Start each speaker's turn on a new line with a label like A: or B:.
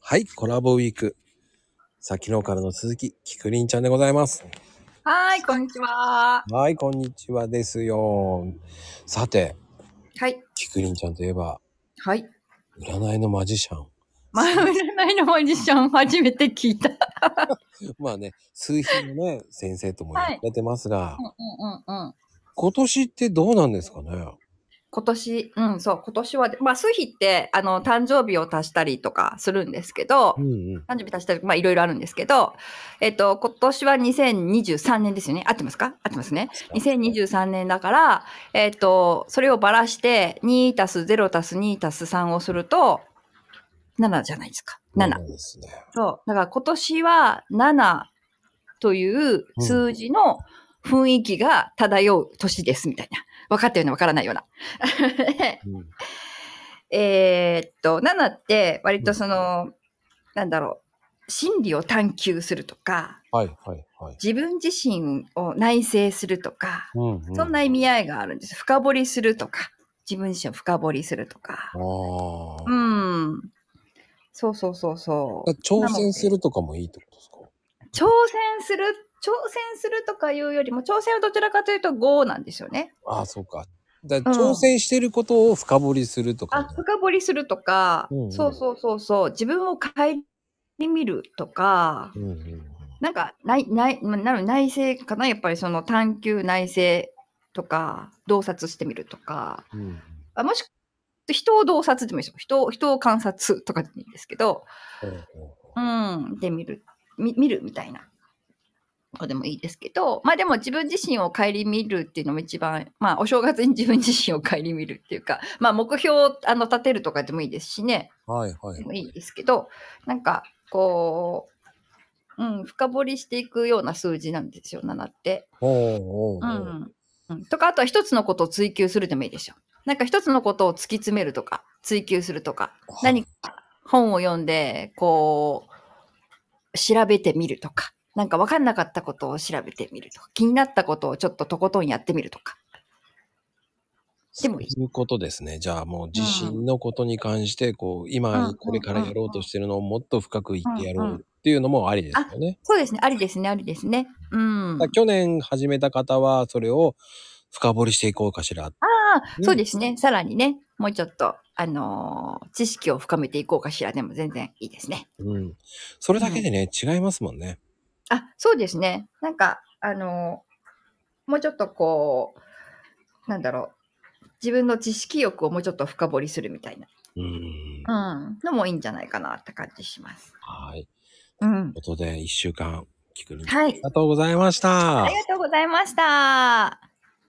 A: はい、コラボウィーク。さあ、昨日からの続き、きくりんちゃんでございます。
B: はーい、こんにちは。
A: はい、こんにちはですよ。さて、
B: はい。
A: きくりんちゃんといえば、
B: はい。
A: 占いのマジシャン。
B: まあ、占いのマジシャン初めて聞いた。
A: まあね、数秘のね、先生ともやってますが、
B: うんうんうん。
A: 今年ってどうなんですかね
B: 今年、うん、そう、今年はで、まあ、数日って、あの、誕生日を足したりとかするんですけど、
A: んうん。
B: 誕生日足したり、まあ、いろいろあるんですけど、えっと、今年は2023年ですよね。合ってますか合ってますね。2023年だから、えっと、それをばらして、2たす0たす2たす3をすると、7じゃないですか。7。
A: そうですね。
B: そう。だから今年は7という数字の雰囲気が漂う年ですみたいな。分かったような分からないよう な。
A: うん
B: えーっと、7って割とその、なんだろう、真理を探求するとか、
A: はいはいはい。
B: 自分自身を内省するとか、
A: うんう
B: そんな意味合いがあるんです。深掘りするとか、自分自身を深掘りするとか。
A: ああ。
B: うん。そうそうそうそう。
A: 挑戦するとかもいいってことですか
B: 挑戦する、挑戦するとかいうよりも、挑戦はどちらかというと GO なんですよね。
A: ああ、そうか。だ
B: うん
A: 挑戦してることを深掘りするとか
B: あ、
A: ね、
B: 深掘りするとか、
A: うんうん
B: そうそうそうそう、自分を顧みるとか、
A: うんうんうん
B: なんか、ない、ない、まなる内省かなやっぱりその探求内省とか、洞察してみるとか、
A: うんうん
B: あもしくは人を洞察でもいいですよ。人を、人を観察とかでもいいんですけど、
A: ほうほうほ
B: うん、で見る、み見るみたいなのでもいいですけど、まあでも自分自身を顧みるっていうのも一番、まあお正月に自分自身を顧みるっていうか、まあ目標をあの立てるとかでもいいですしね、
A: うはいはい
B: で。もいいですけど、なんかこう、うん、深掘りしていくような数字なんですよ、7って。
A: ほうほうほう
B: うん。うんとか、あとは一つのことを追求するでもいいですよ。なんか一つのことを突き詰めるとか、追求するとか、何か本を読んで、こう、調べてみるとか、なんか分かんなかったことを調べてみるとか、気になったことをちょっととことんやってみるとか。でもいい
A: そういうことですね。じゃあもう自身のことに関して、こう、今
B: うん
A: これからやろうとしてるのをもっと深く言ってやろうっていうのもありですよね。
B: そうですね、ありですね、ありですね。うん。
A: だから去年始めた方は、それを深掘りしていこうかしら。
B: ああ、
A: うん
B: そうですね、さらにね、もうちょっと、あのー知識を深めていこうかしら、でも全然いいですね。
A: うん。それだけでね、違いますもんね。
B: あ、そうですね、なんか、あのーもうちょっとこう、なんだろう、自分の知識欲をもうちょっと深掘りするみたいな、
A: うん。
B: うん、のもいいんじゃないかなって感じします。
A: はい。
B: うん
A: ということで、一週間、聞くに、
B: は
A: あり
B: い。
A: がとうございました。
B: ありがとうございました。